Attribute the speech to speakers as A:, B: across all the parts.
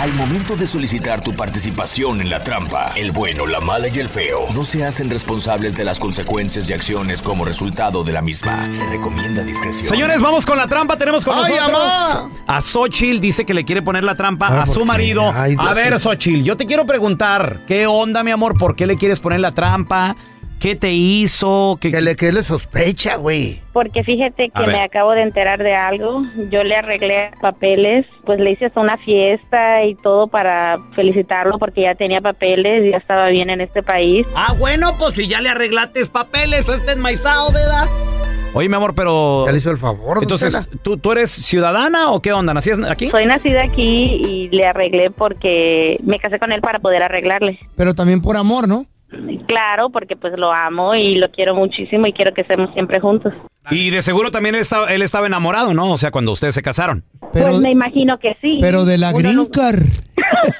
A: Al momento de solicitar tu participación en la trampa, el bueno, la mala y el feo no se hacen responsables de las consecuencias y acciones como resultado de la misma. Se recomienda discreción.
B: Señores, vamos con la trampa. Tenemos con
C: ¡Ay,
B: nosotros
C: amá!
B: a Xochitl. Dice que le quiere poner la trampa
C: Ah,
B: a
C: ¿por
B: su
C: qué?
B: marido.
C: Ay, Dios
B: a ver,
C: mío.
B: Xochitl, yo te quiero preguntar, ¿qué onda, mi amor? ¿Por qué le quieres poner la trampa? ¿Qué te hizo? ¿Qué,
C: Que le, que le sospecha, güey.
D: Porque fíjate
B: A
D: que
B: ver.
D: me acabo de enterar de algo. Yo le arreglé papeles, pues le hice hasta una fiesta y todo para felicitarlo porque ya tenía papeles y ya estaba bien en este país.
C: Ah, bueno, pues si ya le arreglaste papeles, este enmaizado, ¿verdad?
B: Oye, mi amor, pero...
C: Ya le hizo el favor. don
B: Entonces,
C: Tela.
B: ¿tú, ¿tú eres ciudadana o qué onda? ¿Nacías aquí?
D: Soy nacida aquí y le arreglé porque me casé con él para poder arreglarle.
E: Pero también por amor, ¿no?
D: Claro, porque pues lo amo y lo quiero muchísimo y quiero que estemos siempre juntos.
B: Y de seguro también él estaba, él estaba enamorado, ¿no? O sea, cuando ustedes se casaron.
E: Pero,
D: pues me imagino que sí.
E: pero de la
D: Uno
E: green
D: nunca-
E: card.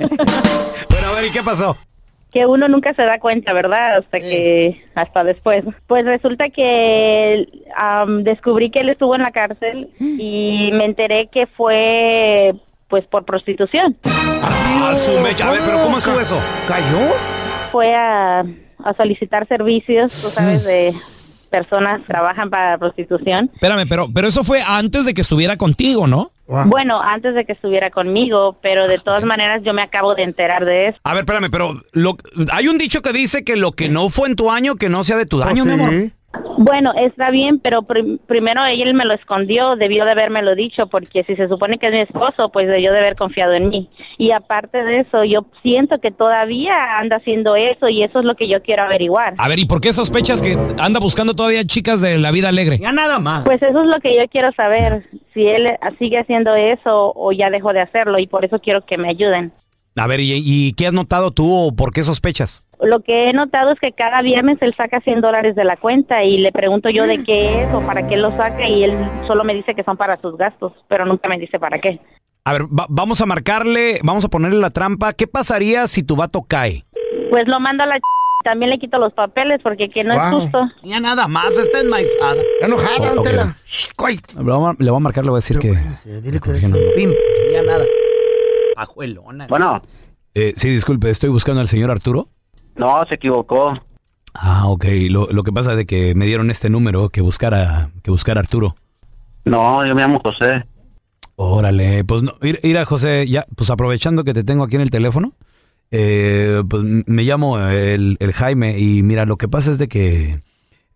B: Bueno, a ver, ¿y qué pasó?
D: que uno nunca se da cuenta, ¿verdad? Hasta que hasta después. Pues resulta que am, descubrí que él estuvo en la cárcel y me enteré que fue pues por prostitución.
B: Ah, su mecha. A ver, pero ¿cómo estuvo eso?
C: ¿Cayó?
D: Fue a, a solicitar servicios, tú sabes, de personas que trabajan para prostitución.
F: Espérame, pero, pero eso fue antes de que estuviera contigo, ¿no?
C: Wow.
D: Bueno, antes de que estuviera conmigo, pero de todas maneras yo me acabo de enterar de eso.
B: A ver, espérame, pero lo- hay un dicho que dice que lo que no fue en tu año, que no sea de tu daño, mi amor.
C: Sí.
D: Bueno, está bien, pero prim- primero él me lo escondió, debió de habérmelo dicho, porque si se supone que es mi esposo, pues debió de haber confiado en mí. Y aparte de eso, yo siento que todavía anda haciendo eso y eso es lo que yo quiero averiguar.
F: A ver, ¿y por qué sospechas que anda buscando todavía chicas de la vida alegre?
B: Ya nada más.
D: Pues eso es lo que yo quiero saber, si él sigue haciendo eso o ya dejó de hacerlo y por eso quiero que me ayuden.
B: A ver, ¿y, y qué has notado tú o por qué sospechas?
D: Lo que he notado es que cada viernes él saca 100 dólares de la cuenta y le pregunto yo de qué es o para qué lo saca y él solo me dice que son para sus gastos, pero nunca me dice para qué.
B: A ver, va- vamos a marcarle, vamos a ponerle la trampa. ¿Qué pasaría si tu vato cae?
D: Pues lo mando a la ch... También le quito los papeles porque que no
C: Wow.
D: es justo.
B: Ya nada más, esta es maizada.
C: Está enojada, don
B: Ok.
C: Tela. Shh, coy.
B: Le voy a, le voy a marcar, le voy a decir que...
C: Sí, Dile que
B: Es que no-
C: Pim.
B: Ya nada. Pajuelona.
G: Bueno,
B: Eh, sí, disculpe, estoy buscando al señor Arturo.
G: no, se equivocó.
B: Ah, ok. Lo, lo que pasa es de que me dieron este número que buscara, que buscara Arturo.
G: No, yo me llamo José.
B: Órale, pues no, ir, ir a José, ya, pues aprovechando que te tengo aquí en el teléfono, eh, pues m- me llamo el, el Jaime y mira, lo que pasa es de que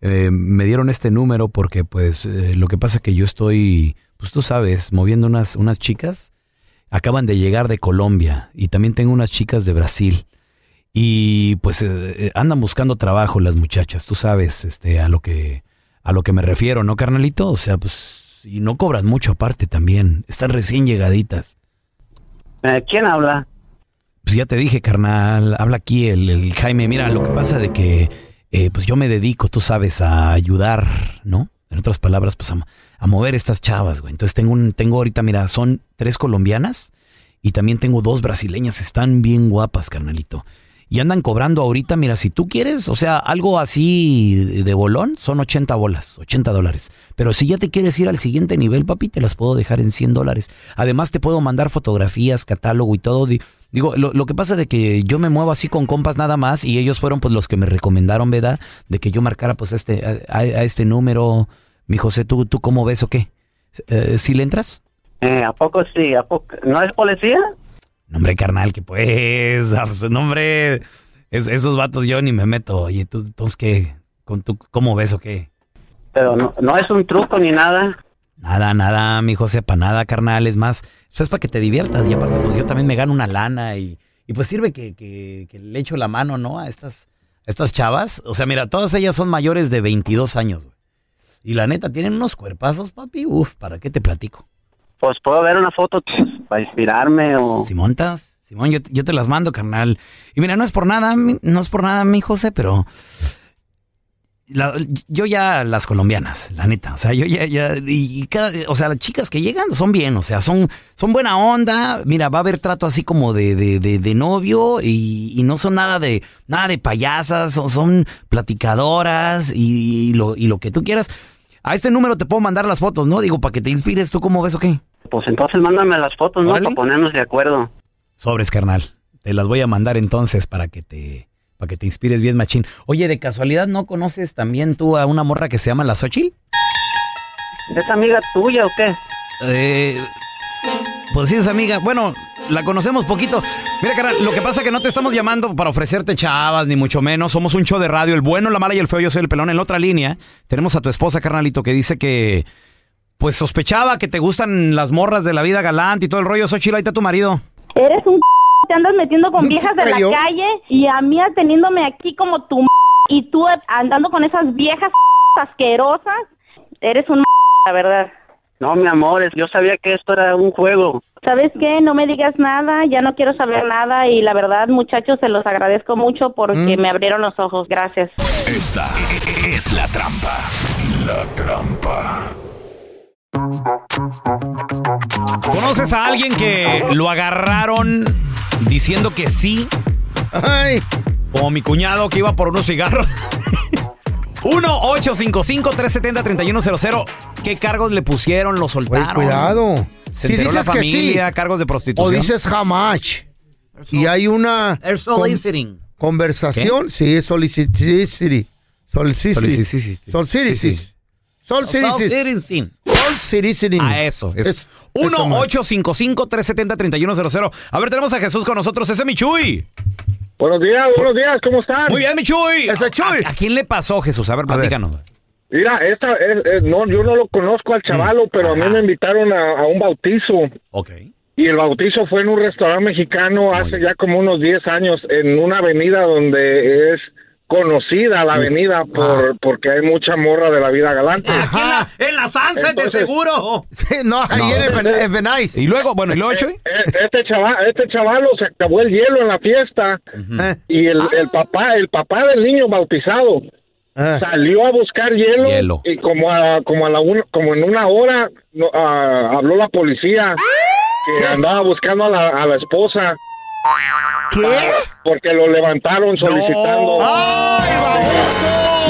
B: eh, me dieron este número porque pues eh, lo que pasa es que yo estoy, pues tú sabes, moviendo unas, unas chicas, acaban de llegar de Colombia y también tengo unas chicas de Brasil y pues eh, eh, andan buscando trabajo las muchachas, tú sabes, este, a lo que a lo que me refiero, ¿no, carnalito? O sea, pues, y no cobran mucho aparte también. Están recién llegaditas.
G: Eh, ¿Quién habla?
B: Pues ya te dije, carnal, habla aquí el, el Jaime. Mira, lo que pasa de que, eh, pues yo me dedico, tú sabes, a ayudar, ¿no? En otras palabras, pues a, a mover estas chavas, güey. Entonces tengo un, tengo ahorita, mira, son tres colombianas y también tengo dos brasileñas. Están bien guapas, carnalito. Y andan cobrando ahorita, mira, si tú quieres, o sea, algo así de bolón, son 80 bolas, 80 dólares. Pero si ya te quieres ir al siguiente nivel, papi, te las puedo dejar en 100 dólares. Además, te puedo mandar fotografías, catálogo y todo. Di- Digo, lo, lo que pasa de que yo me muevo así con compas nada más y ellos fueron pues los que me recomendaron, ¿verdad? De que yo marcara pues este, a, a- a este número. Mi José, ¿tú, tú cómo ves o qué? Eh, ¿Sí le entras?
G: Eh, ¿A poco sí? ¿A poco? ¿No es policía?
B: No, hombre, carnal, que pues, no, hombre, es- esos vatos yo ni me meto. Oye, tú, entonces, ¿qué? ¿Con tú, ¿Cómo ves o qué?
G: Pero no, no es un truco ni nada.
B: Nada, nada, mi José, para nada, carnal, es más, pues es para que te diviertas y aparte, pues yo también me gano una lana y, y pues sirve que, que- que le echo la mano, ¿no? A estas, a estas chavas, o sea, mira, todas ellas son mayores de 22 años, güey. Y la neta, tienen unos cuerpazos, papi, uf, ¿para qué te platico?
G: Pues puedo ver una foto pues, para inspirarme o...
B: Si montas, Simón, yo, yo te las mando, carnal. Y mira, no es por nada, mi- no es por nada, mi José, pero la- yo ya las colombianas, la neta, o sea, yo ya, ya- y, y cada- o sea, las chicas que llegan son bien, o sea, son, son buena onda, mira, va a haber trato así como de, de, de- de novio y, y no son nada de, nada de payasas, son, son platicadoras y, lo, y lo que tú quieras. A este número te puedo mandar las fotos, ¿no? Digo, para que te inspires, ¿tú cómo ves o qué?
G: Pues entonces mándame las fotos, ¿no?
B: Órale.
G: Para ponernos de acuerdo.
B: Sobres, carnal. Te las voy a mandar entonces para que te, para que te inspires bien, machín. Oye, de casualidad, ¿no conoces también tú a una morra que se llama la Xochil?
G: ¿Es amiga tuya o qué?
B: Eh, pues sí, es amiga. Bueno, la conocemos poquito. Mira, carnal, lo que pasa es que no te estamos llamando para ofrecerte chavas, ni mucho menos. Somos un show de radio, el bueno, la mala y el feo. Yo soy el pelón. En la otra línea tenemos a tu esposa, carnalito, que dice que... Pues sospechaba que te gustan las morras de la vida galante y todo el rollo. Xochil, ahí está tu marido.
D: Eres un c- te andas metiendo con viejas de la
C: yo?
D: calle y a mí teniéndome aquí como tu m- y tú eh, andando con esas viejas c- asquerosas. Eres un m- la verdad.
G: No, mi amor, es- yo sabía que esto era un juego.
D: ¿Sabes qué? No me digas nada, ya no quiero saber nada y la verdad, muchachos, se los agradezco mucho porque me abrieron los ojos. Gracias.
H: Esta es la trampa. La trampa.
B: ¿Conoces a alguien que lo agarraron diciendo que sí?
C: Ay,
B: Como mi cuñado que iba por unos cigarros. 1-855-370-3100. ¿Qué cargos le pusieron? ¿Lo
C: güey,
B: soltaron?
C: cuidado.
B: Se
C: si
B: enteró
C: dices
B: la
C: que sí
B: familia, cargos de
C: o
B: prostitución.
C: dices jamás y hay una
B: They're
C: con-
B: soliciting.
C: conversación, sí, es solicitity. Solicitity.
B: Solicitity.
C: Solicitity. Solicitity.
B: Soliciting.
C: Solicitity.
B: A Ah, eso.
C: Es-
B: eso.
C: eso, man.
B: 1-855-370-3100. A ver, tenemos a Jesús con nosotros. Ese es mi Chuy.
I: Buenos días, buenos días, ¿cómo están?
B: Muy bien, mi Chuy.
C: Ese Chuy.
B: ¿A, a quién le pasó, Jesús? A ver,
C: A ver.
B: platícanos.
I: Mira, esta es- es- no, yo no lo conozco al chavalo, pero a mí
B: Ajá.
I: me invitaron a, a un bautizo.
B: Ok.
I: Y el bautizo fue en un restaurante mexicano hace
B: bien.
I: ya como unos 10 años, en una avenida donde es conocida la avenida por porque hay mucha morra de la vida galante.
B: ah. Aquí en la, en la Sunset,
I: Entonces-
B: de seguro.
C: Sí, no, ahí eh, en Ben- en Venice.
B: Y luego, bueno, ¿y luego,
I: Eh,
B: Chuy?
I: eh, Este chaval, este chavalo se acabó el hielo en la fiesta
C: Eh,
I: y
B: Ah.
I: el, el papá, el papá del niño bautizado
C: eh.
I: salió a buscar hielo,
B: Hielo.
I: y como a, como a la una- como en una hora no, ah, habló la policía que andaba buscando a la, a la esposa Ah,
C: ¿Qué?
I: porque lo levantaron
B: Oh,
I: solicitando
B: Ah.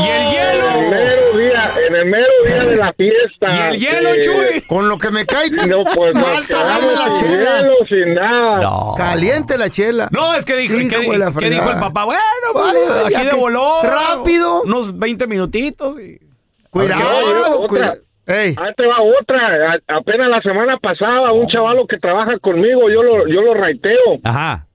B: ¡Y el
I: en el
B: hielo!
I: mero día en el mero día de la fiesta
B: ¡Y el hielo,
I: eh,
B: Chuy!
C: Con lo que me cae
I: no pues nos
C: Malta, dame la
I: quedamos sin
C: chela.
I: hielo sin nada
B: No.
C: caliente la chela.
B: No, es que dijo,
C: Hijo
B: ¿qué, di-
C: de la
B: qué
C: fregada.
B: dijo el papá? Bueno, pues,
C: Ay, ya
B: aquí de
C: que-
B: voló.
C: rápido.
B: Unos 20 minutitos. y-
C: Cuidado,
I: Otra.
C: cuidado. Ey,
I: Ahí Ah, te va otra. A- apenas la semana pasada, un chavalo que trabaja conmigo, yo lo, yo lo raiteo.
B: Ajá.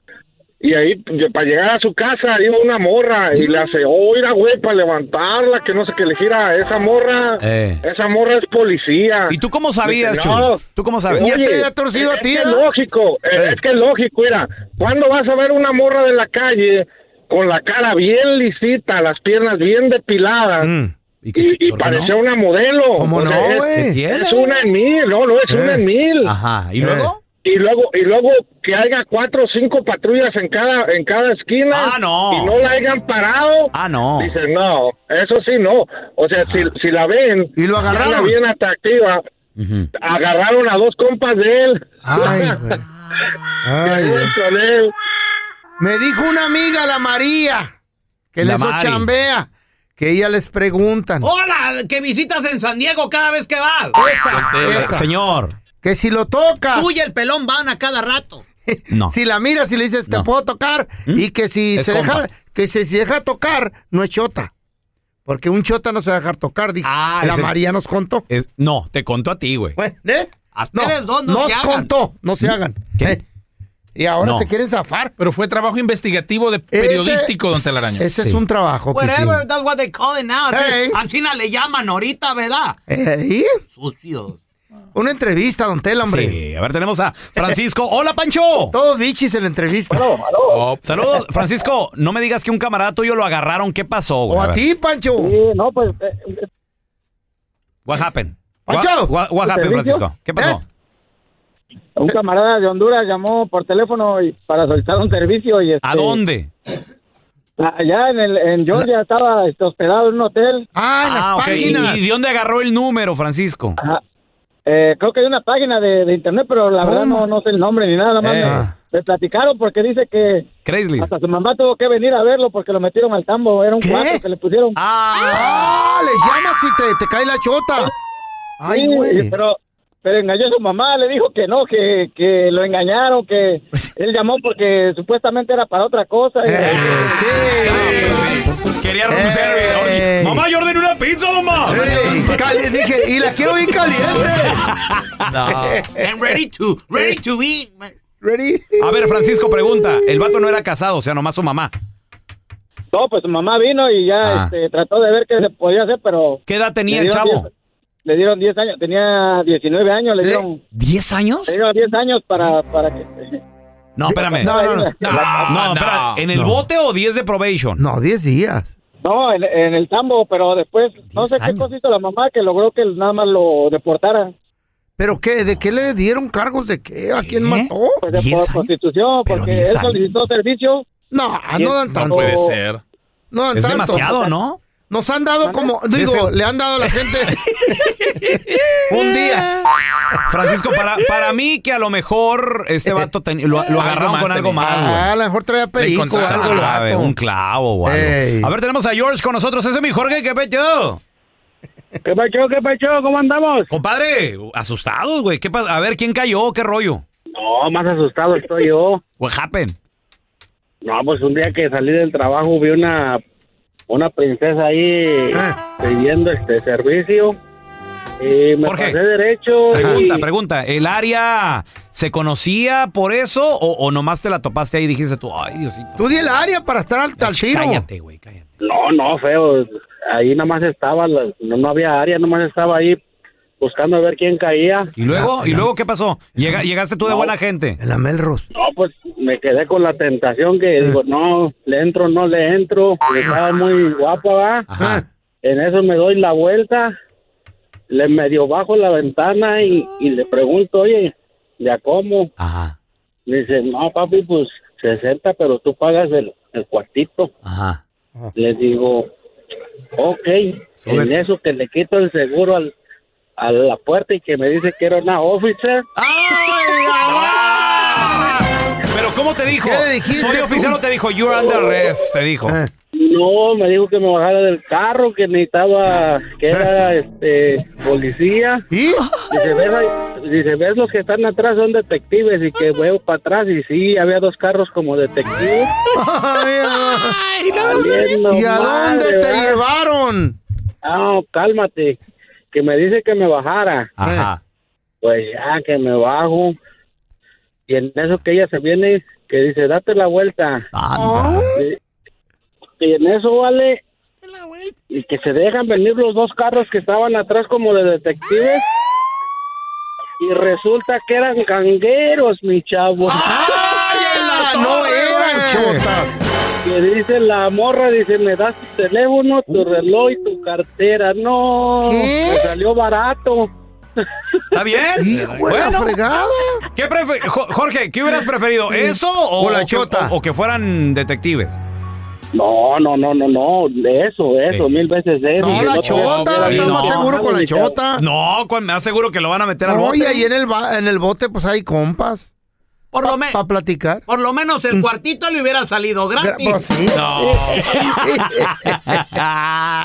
I: Y ahí, yo- para llegar a su casa, iba una morra y le hace, oiga, güey, para levantarla, que no sé qué le gira. Esa morra,
B: Eh.
I: esa morra es policía.
B: ¿Y tú cómo sabías,
I: Dice, "No".
B: Chuy? ¿Tú cómo sabes?
C: Ya
I: Oye,
C: te había torcido
I: es
C: a ti,
I: que
C: ¿eh?
I: Es lógico, eh,
C: Eh.
I: es que es lógico, mira. ¿Cuándo vas a ver una morra de la calle con la cara bien lisita, las piernas bien depiladas?
C: Mm.
B: qué-
I: Y, y
B: por qué
I: parecía
B: no?
I: una modelo.
C: ¿Cómo
I: O sea,
C: no,
I: es-
C: güey?
B: ¿Tiene? Ah.
I: Es una en mil, no, no, es
C: Eh.
I: una en mil.
B: Ajá. ¿Y
C: Eh.
B: luego?
I: Y luego, y luego que haya cuatro o cinco patrullas en cada, en cada esquina.
B: Ah, no.
I: Y no la hayan parado.
B: Ah, no. Ah.
I: Dicen, no, eso sí no. O sea, si, si la ven.
C: Y lo agarraron.
I: anda bien atractiva.
B: Ujú.
I: Agarraron a dos compas de él.
C: Ay, güey. Ay, güey.
I: Con él.
C: Me dijo una amiga, la María, que
B: La
C: les
B: Mari. Oh,
C: chambea, que ella les preguntan
B: Hola, que visitas en San Diego cada vez que vas.
C: Esa, esa.
B: Señor.
C: que si lo tocas,
B: y el pelón van a cada rato. No.
C: si la miras y le dices, te
B: No. ¿Mm?
C: puedo tocar, y que si
B: Es
C: se
B: compa.
C: deja, que si se deja tocar, no es chota. Porque un chota no se va a dejar tocar, dijo.
B: Ah,
C: la
B: ese-
C: María nos contó.
B: Es- no, te contó a ti, güey.
C: Bueno, ¿eh?
B: A ustedes dos no
C: nos
B: se hagan. ¿Mm?
C: contó, no se hagan.
B: ¿Qué?
C: ¿eh? Y ahora
B: No.
C: se quieren zafar.
J: Pero fue trabajo investigativo de
C: Ese-
J: periodístico, don Telaraño.
C: Ese es
B: Sí.
C: un trabajo. que
B: Whatever,
C: hicimos.
B: that's what they call it now.
C: Hey.
B: Alcina le llaman ahorita, ¿verdad?
C: Eh, ¿y?
B: Sucios.
C: Una entrevista, don Tela, hombre.
B: Sí, a ver, tenemos a Francisco. ¡Hola, Pancho!
C: Todos bichis en la entrevista.
B: Oh, Saludos, Francisco. No me digas que un camarada tuyo lo agarraron. ¿Qué pasó, güey?
C: o a
B: ver,
C: ti, Pancho.
I: Sí, no, pues eh,
B: What happened?
C: Pancho.
B: What, what- what happened,
I: ¿Servicio?
B: Francisco? ¿Qué pasó?
C: ¿Eh?
I: Un camarada de Honduras llamó por teléfono y- para solicitar un servicio y este,
B: ¿A dónde?
I: Allá en, el, en Georgia estaba este, hospedado en un hotel.
C: Ah, en las
B: Ah, ok. ¿Y,
C: páginas.
B: y de dónde agarró el número, Francisco?
I: Ajá. Eh, creo que hay una página de, de internet, pero la verdad no, no sé el nombre ni nada. nada más
B: Eh.
I: me, me platicaron porque dice que
B: Craigslist.
I: hasta su mamá tuvo que venir a verlo porque lo metieron al tambo. Era un
C: ¿Qué?
I: cuatro que le pusieron.
C: ¡Ah! Les llamas y te, te cae la chota. Ay,
I: Sí,
C: güey.
I: Pero, pero engañó a su mamá, le dijo que no, que, que lo engañaron, que él llamó porque supuestamente era para otra cosa. y-
C: Eh, sí.
B: Quería
C: room service. Oye, mamá,
B: yo ordené una pizza, mamá.
C: Sí, cali- dije, y la quiero bien caliente.
K: I'm ready to, ready to eat.
C: Ready?
B: A ver, Francisco, pregunta. El vato no era casado, o sea, nomás su mamá.
I: No, pues su mamá vino y ya
B: Ah.
I: este, trató de ver qué se podía hacer, pero
B: ¿Qué edad tenía el
I: Le dieron
B: chavo?
I: diez- le dieron 10 años, tenía 19 años, le
C: ¿Eh?
I: dieron,
B: ¿Diez años?
I: le dieron 10 años para, para que...
B: No, espérame.
C: No, no, no.
B: No, no, espera, ¿En el
C: No.
B: bote o 10 de probation?
C: No, 10 días.
I: No, en, en el tambo, pero después, no
B: Diez
I: sé
B: años.
I: qué cosa hizo la mamá que logró que nada más lo deportaran.
C: ¿Pero qué? ¿De qué le dieron cargos? ¿De qué? ¿A quién
B: ¿Qué?
C: mató?
I: Pues de
B: ¿Diez
I: por
B: años?
I: prostitución,
B: Pero
I: porque él
B: diez años.
I: solicitó servicio. Oh,
C: No, ah, no dan
K: No
C: tanto.
K: puede ser.
C: No dan
B: Es
C: tanto.
B: demasiado, ¿no?
C: Nos han dado como, digo, le han dado a la gente un día.
B: Eh. Francisco, para, para mí que a lo mejor este vato ten- lo, lo agarraron
K: más
B: con algo
K: tenía.
B: mal. güey.
C: Ah, a lo mejor traía perico o
K: encontraron
C: algo. el
B: Sabe,
C: vato.
B: un clavo o algo.
C: Ey.
B: A ver, tenemos a George con nosotros. Ese es mi Jorge, ¿qué pecho?
I: ¿Qué pacho, qué pacho? ¿Cómo andamos?
B: Compadre, asustados, güey. ¿Qué pasa? A ver, ¿quién cayó? ¿Qué rollo?
I: No, más asustado estoy yo.
B: What happened?
I: No, pues un día que salí del trabajo vi una, una princesa ahí
B: Ah.
I: pidiendo este servicio. Y me
B: Jorge,
I: pasé derecho.
B: Pregunta,
I: y-
B: pregunta. ¿El área se conocía por eso o, o nomás te la topaste ahí y dijiste tú, ay, Diosito?
C: Tú di el área para estar al, al tiro.
B: Cállate, güey, cállate.
I: No, no, feo. Ahí nada más estaba, la- no, no había área, nada más estaba ahí buscando a ver quién caía.
B: ¿Y luego? ¿Y luego qué pasó? Llega- ¿Llegaste tú de
I: No.
B: buena gente?
C: En la Melrose.
I: No, pues me quedé con la tentación que digo, no, le entro, no le entro. Estaba muy guapa, va.
B: Ajá.
I: En eso me doy la vuelta, le medio bajo la ventana y, y le pregunto, oye, ¿ya cómo?
C: Ah.
B: Ajá.
I: Me dice, no, papi, pues 60, pero tú pagas el, el cuartito.
B: Ajá.
I: Le digo, ok,
B: Súbete.
I: en eso que le quito el seguro al, a la puerta y que me dice que era una officer.
B: ¡Ay, ah! Pero ¿cómo te dijo?
C: ¿Qué le dijiste
B: Soy
C: tú?
B: oficial o te dijo you're under arrest, te dijo.
C: Eh.
I: No, me dijo que me bajara del carro, que necesitaba, que era este policía.
C: ¿Y?
I: Dice, ves, ahí- dice, ves los que están atrás son detectives y que veo para atrás y sí, había dos carros como detectives.
C: Ay, ah.
I: Valiendo
C: ¿Y a
I: madre,
C: dónde te
I: ¿verdad?
C: llevaron?
I: Ah, cálmate, que me dice que me bajara.
B: Ajá.
I: Pues ya, que me bajo. Y en eso que ella se viene, que dice, date la vuelta.
B: Anda.
I: Y en eso, vale. Y que se dejan venir los dos carros que estaban atrás como de detectives. Y resulta que eran gangueros, mi chavo.
B: Ah.
C: ¡Ay, en la- Ah. no eran chotas!
I: Que dice la morra, dice, me das tu teléfono, tu reloj y tu cartera. No,
C: ¿Qué?
I: me salió barato.
B: ¿Está bien?
C: ¡Hijo de la
B: Bueno,
C: fregada!
B: ¿qué prefe- Jo- Jorge, ¿qué hubieras preferido? ¿Eso o,
C: O la
B: o que-
C: chota.
B: o- o que fueran detectives?
I: No, no, no, no, no, eso, eso,
B: Ey.
I: mil veces eso.
C: No, la
I: Que te voy a
C: chota,
I: cambiar
B: no,
C: estás
I: a
C: más
I: mi
C: seguro
I: chavo,
C: con la
I: mi chavo.
C: chota.
B: No, cuan- me aseguro que lo van a meter al
C: Oye,
B: bote.
C: Ah. ahí en el, ba- en el bote, pues hay compas.
B: por,
C: Para
B: lo me-
C: platicar.
B: por lo menos el cuartito le hubiera salido
C: Mm. Gra- pues sí.
B: No.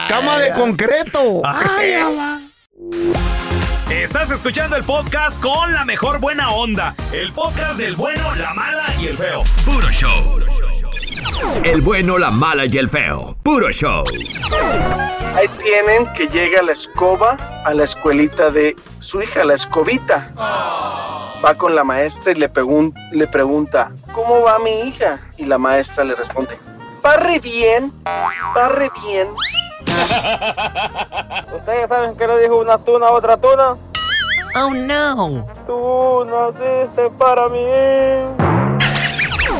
C: Cama de concreto.
F: Estás escuchando el podcast con la mejor buena onda. El podcast del bueno, la mala y el feo.
A: Puro show. El bueno, la mala y el feo. Puro show.
L: Ahí tienen que llega la escoba a la escuelita de su hija, la escobita. Va con la maestra y le, pregun- le pregunta, ¿cómo va mi hija? Y la maestra le responde, barre bien, barre bien.
I: ¿Ustedes saben qué le dijo una tuna a otra tuna?
M: Oh no.
I: Tú naciste para mí.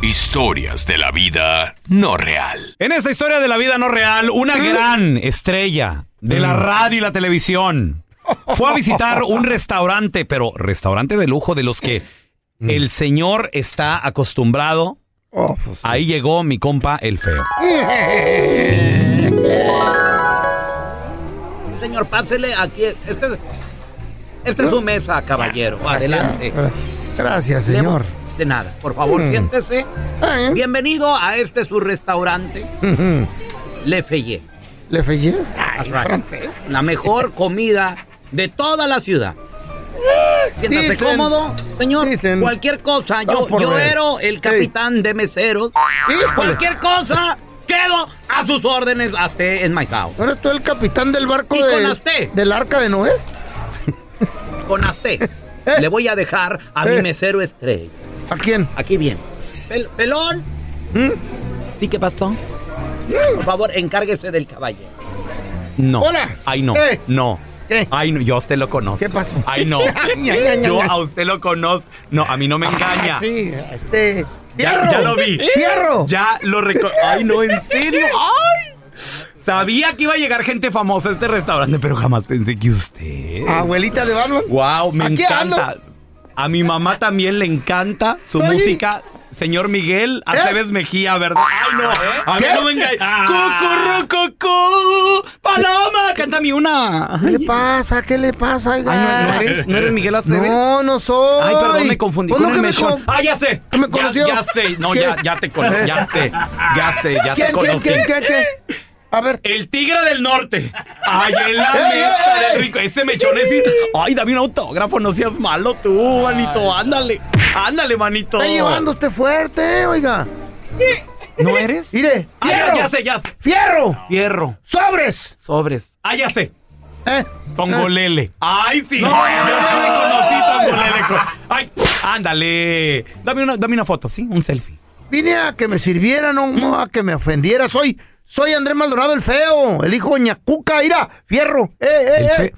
A: historias de la vida no real.
B: En esta historia de la vida no real, una gran estrella de la radio y la televisión fue a visitar un restaurante, pero restaurante de lujo de los que el señor está acostumbrado.
C: Oh, pues,
B: Ahí llegó mi compa el feo.
K: Señor, pásele aquí. Esta es, esta es
C: ¿Eh?
K: su mesa, caballero. Adelante.
C: Gracias,
K: Le-
C: señor. Ah, ¿eh?
K: De nada. Por favor,
C: Mm.
K: siéntese. Bienvenido a este su restaurante. Le Fayette.
C: ¿Le fallé?
K: That's right. La mejor comida de toda la ciudad. Siéntase
C: ¿Eh? Dicen.
K: cómodo, señor. Cualquier cosa, yo,
C: Vamos por
K: yo
C: ver.
K: era el capitán de meseros. Cualquier cosa, quedo a sus órdenes a usted en my house.
C: ¿No eres tú el capitán del barco
K: Y con
C: de,
K: las T.
C: del arca de Noé?
K: Con usted. Le voy a dejar a mi mesero estrella.
C: ¿A quién?
K: Aquí bien. Pel- pelón. ¿Sí qué pasó? Por favor, encárguese del caballero.
B: No.
K: Hola.
B: Ay, no.
K: Eh.
B: No. Ay, no, yo a usted lo conozco. ¿Qué
C: pasó?
B: Ay, no.
C: Ay, ay, ay,
B: yo
C: ay.
B: a usted lo conozco. No, a mí no me engaña.
C: Ah, sí, este.
B: Ya,
C: ¡Fierro!
B: ya lo vi.
C: ¡Fierro!
B: Ya lo reconozco. Ay, no, en serio. Ay. Sabía que iba a llegar gente famosa a este restaurante, pero jamás pensé que usted.
C: Abuelita de Batman.
B: Wow, me
C: Ah, Aquí
B: encanta.
C: ando.
B: A mi mamá también le encanta su
C: Soy- ¿Eh?
B: música. Señor Miguel Aceves Mejía, ¿verdad? Ay, no. A mí
C: ¿Qué?
B: no me engaña.
C: Ah.
B: Cucurrucucú, Paloma, cántame una.
C: ¿Qué le pasa? ¿Qué le pasa? Ay,
B: no, no eres- no eres Miguel Aceves.
C: No, no soy.
B: Ay, perdón, me confundí
C: Pues
B: con
C: no
B: el
C: que me
B: mechón.
C: con-
B: Ah, ya sé.
C: que me
B: ya,
C: conoció.
B: ya sé. No,
C: ¿Qué?
B: ya, ya te conozco. Ya sé. Ya sé, ya
C: ¿Quién,
B: te
C: quién,
B: conocí.
C: quién, quién, quién? A ver.
B: El tigre del norte. Ay, en la
C: ¡Eh!
B: mesa del rico. Ese mechón es. Ay, dame un autógrafo, no seas malo tú, manito. Ándale. Ándale, manito.
C: Está llevando usted fuerte, oiga.
B: ¿No eres?
C: Mire.
B: Ah, ya,
C: ¡Fierro!
B: ya sé, ya sé.
C: ¡Fierro!
B: Fierro.
C: ¡Sobres!
B: Sobres. Ah, ya sé.
C: ¿Eh?
B: Tongolele. Ay, sí.
C: No.
B: Yo te reconocí, Tongolele. co- Ay, ándale. Dame una, dame una foto, ¿sí? Un selfie.
C: Vine a que me sirviera, no, no a que me ofendiera. Soy, soy Andrés Maldonado el Feo, el hijo de Doña Cuca. Mira, fierro. ¡Eh, eh,
B: El
C: eh!
B: fe-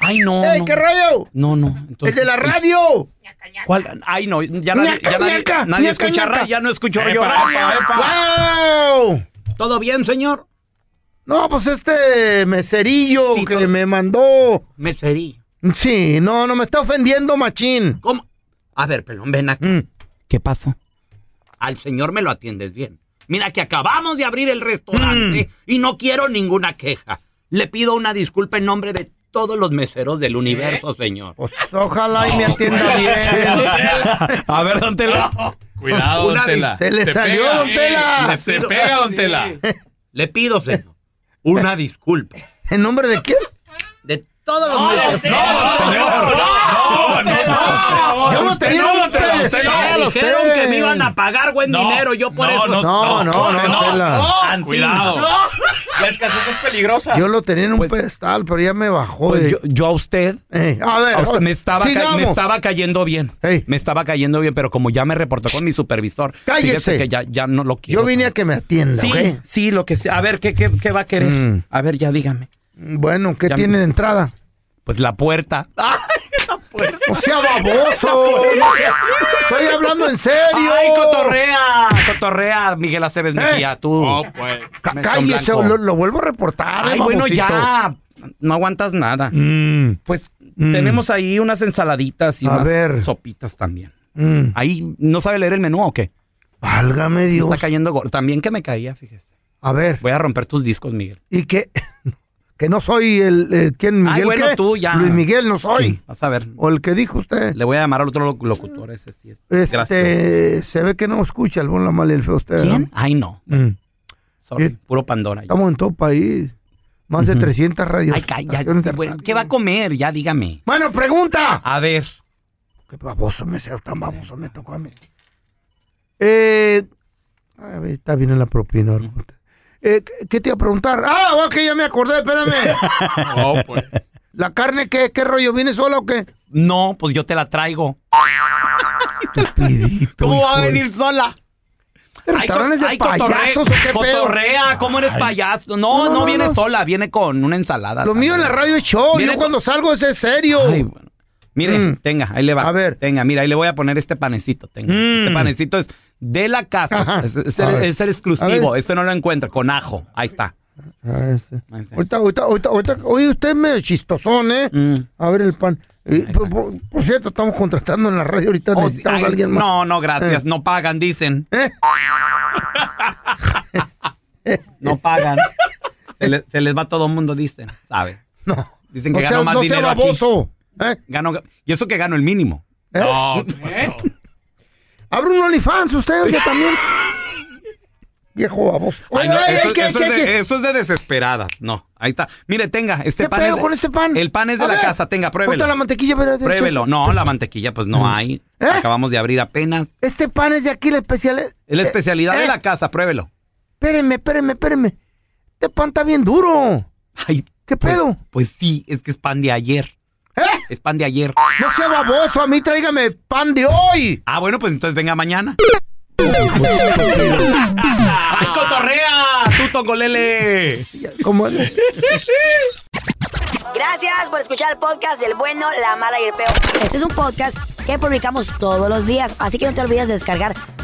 B: Ay, no.
C: ¡Ey,
B: no.
C: qué rayo!
B: No, no.
C: ¡El
B: entonces-
C: de la radio!
B: ¿Cuál? Ay, no, ya nadie,
C: Ñaca,
B: ya nadie,
C: ñaca,
B: nadie
C: ñaca,
B: escucha
C: ñaca.
B: ra- ya no escucho
C: Epa,
B: rayo
C: epa,
B: radio.
C: ¡Wow!
K: ¿Todo bien, señor?
C: No, pues este meserillo
K: Sí,
C: que
K: todo-
C: me mandó.
K: Meserillo.
C: Sí, no, no me está ofendiendo, machín.
K: ¿Cómo? A ver, pelón, ven aquí.
C: Mm.
B: ¿Qué pasó?
K: Al señor me lo atiendes bien. Mira que acabamos de abrir el restaurante
C: Mm.
K: y no quiero ninguna queja. Le pido una disculpa en nombre de todos los meseros
C: ¿Eh?
K: del universo, señor.
C: Pues ojalá y me atienda bien.
B: A ver, don Tela.
N: Cuidado,
K: Una
N: don Tela.
C: Se le
N: Te
C: salió,
N: pega.
C: don Tela.
N: Se pega, don Tela.
K: Le pido, señor, una disculpa.
C: ¿En nombre de quién?
K: De todos los meseros.
N: No, no, no.
C: Yo no
N: Usted
C: tenía
N: no,
C: un
N: don Tela,
C: pedestal,
N: usted no.
K: Me
C: a
K: dijeron
C: usted.
K: que me iban a pagar buen
N: No,
K: dinero, yo por
N: no,
K: eso.
N: no,
C: No,
N: no,
C: no, no,
N: no.
C: Tela.
N: Ancina. Cuidado. La escasez es peligrosa.
C: Yo lo tenía en un pedestal, pero ya me bajó. de-
B: Pues yo, yo a usted,
C: Eh, a ver,
B: a usted me, estaba ca-
C: sigamos.
B: me estaba cayendo bien.
C: Ey.
B: Me estaba cayendo bien, pero como ya me reportó con mi supervisor,
C: Cállese.
B: fíjese que ya, ya no lo quiero.
C: Yo vine a que me atienda,
B: Sí,
C: ¿ok?
B: sí, lo que sea. A ver, ¿qué, qué, qué va a querer?
C: Mm.
B: A ver, ya dígame.
C: Bueno, ¿qué
B: Ya
C: tiene
B: me-
C: de entrada?
B: Pues la puerta.
C: O sea, baboso. no sea- Estoy hablando en serio.
B: ¡Ay, cotorrea! Cotorrea, Miguel Aceves
C: ¿Eh?
B: Mejía, tú.
C: Oh,
N: No, pues.
C: Ca-
B: Mechón
C: Cállese,
B: blanco.
C: lo, lo vuelvo a reportar.
B: Ay,
C: eh,
B: bueno,
C: babosito.
B: ya. No aguantas nada.
C: Mm,
B: Pues tenemos ahí unas ensaladitas y
C: A
B: unas
C: ver.
B: sopitas también.
C: mm.
B: Ahí, ¿no sabe leer el menú o qué?
C: Válgame
B: Me
C: Dios.
B: está cayendo gordo. También que me caía, fíjese.
C: A ver,
B: Voy a romper tus discos, Miguel.
C: y que, que no soy el, el- quién Miguel
B: Ay, bueno,
C: qué?
B: tú ya.
C: Luis Miguel no soy.
B: Sí, vas a ver.
C: O el que dijo usted.
B: Le voy a llamar al otro loc- locutor ese, sí es. Gracias.
C: Este, se ve que no escucha el buen, la mala y el feo usted. ¿no?
B: ¿Quién? Ay, no.
C: Mm.
B: Sorry.
C: ¿Quién?
B: Puro Pandora.
C: Estamos en todo país. Más de
B: Ujú.
C: 300 radios.
B: Ay, cállate. Bueno, ¿Qué va Ah. a comer? Ya dígame.
C: Bueno, pregunta.
B: A ver.
C: Qué baboso me sea tan baboso me tocó a mí. Eh, a ver, está bien en la propina. Orgullo. Eh, ¿qué- ¿Qué te iba a preguntar? Ah, ok, ya me acordé, espérame.
N: No, pues.
C: ¿La carne qué? ¿Qué rollo? ¿Viene sola o qué?
B: No, pues yo te la traigo. ¿Cómo va a venir sola? Ay, co-
C: ¿Restaurantes de
B: ay, cotorre-
C: payasos o qué pedo?
B: cotorrea, ¿cómo eres
C: Ay.
B: payaso? No,
C: No,
B: no,
C: no,
B: viene
C: no.
B: sola, viene con una ensalada.
C: Lo mío en la radio es show.
B: Viene
C: Yo cuando salgo es en serio.
B: Mire,
C: Mm.
B: tenga, ahí le va. A ver. Tenga, mira, ahí le voy a poner este panecito. Tenga. Este panecito es de la casa. Es, es
C: Mm. A
B: el,
C: ver.
B: es el
C: A
B: exclusivo.
C: ver.
B: Este no lo encuentro, con ajo. Ahí está.
C: Ah, ese. Ahorita, ahorita, ahorita, ahorita- oye, usted es medio chistosón, ¿eh?
B: Mm.
C: A ver el pan. Eh, por, por- por cierto, estamos contratando en la radio ahorita. necesitamos
B: Oh, Ay,
C: a alguien más. Eh.
B: no, no, gracias. No pagan, dicen. no pagan. Se, le- se les va a todo mundo, dicen. ¿Sabe?
C: No.
B: Dicen que
C: No
B: gano
C: sea-
B: más
C: no sea
B: dinero aquí.
C: baboso, ¿eh?
B: Gano- y eso que gano el mínimo. No, ¿qué pasó?
C: ¿Eh? Abre un OnlyFans usted, oye, también. Viejo baboso.
B: Ay,
C: Oye,
B: no,
C: ay,
B: eso,
C: ay, ¿Eh? ¿qué,
B: eso
C: qué,
B: es de,
C: qué?
B: eso es de desesperadas. No, ahí está. Mire, tenga, este
C: ¿Qué
B: pan.
C: pedo
B: es de-
C: con este pan?
B: El pan es de
C: A
B: la
C: ver,
B: casa, tenga, pruébelo.
C: Ponte la mantequilla. espérate,
B: Pruébelo.
C: chacho.
B: No, la mantequilla, pues no hay.
C: ¿Eh?
B: Acabamos de abrir apenas.
C: Este pan es de aquí, la especial. es-
B: Es la
C: eh,
B: especialidad de
C: eh,
B: la casa, pruébelo.
C: Espérenme, espérenme, espérenme. Este pan está bien duro.
B: Ay,
C: ¿qué pedo? ¿Eh?
B: Pues sí, es que es pan de ayer. Es pan de ayer.
C: No sea baboso, a mí tráigame pan de hoy.
B: Ah, bueno, pues entonces venga mañana. ¡Ay, cotorrea! ¡Tú, Tongolele!
C: ¿Cómo
D: Gracias por escuchar el podcast del bueno, la mala y el peor. Este es un podcast que publicamos todos los días, así que no te olvides de descargar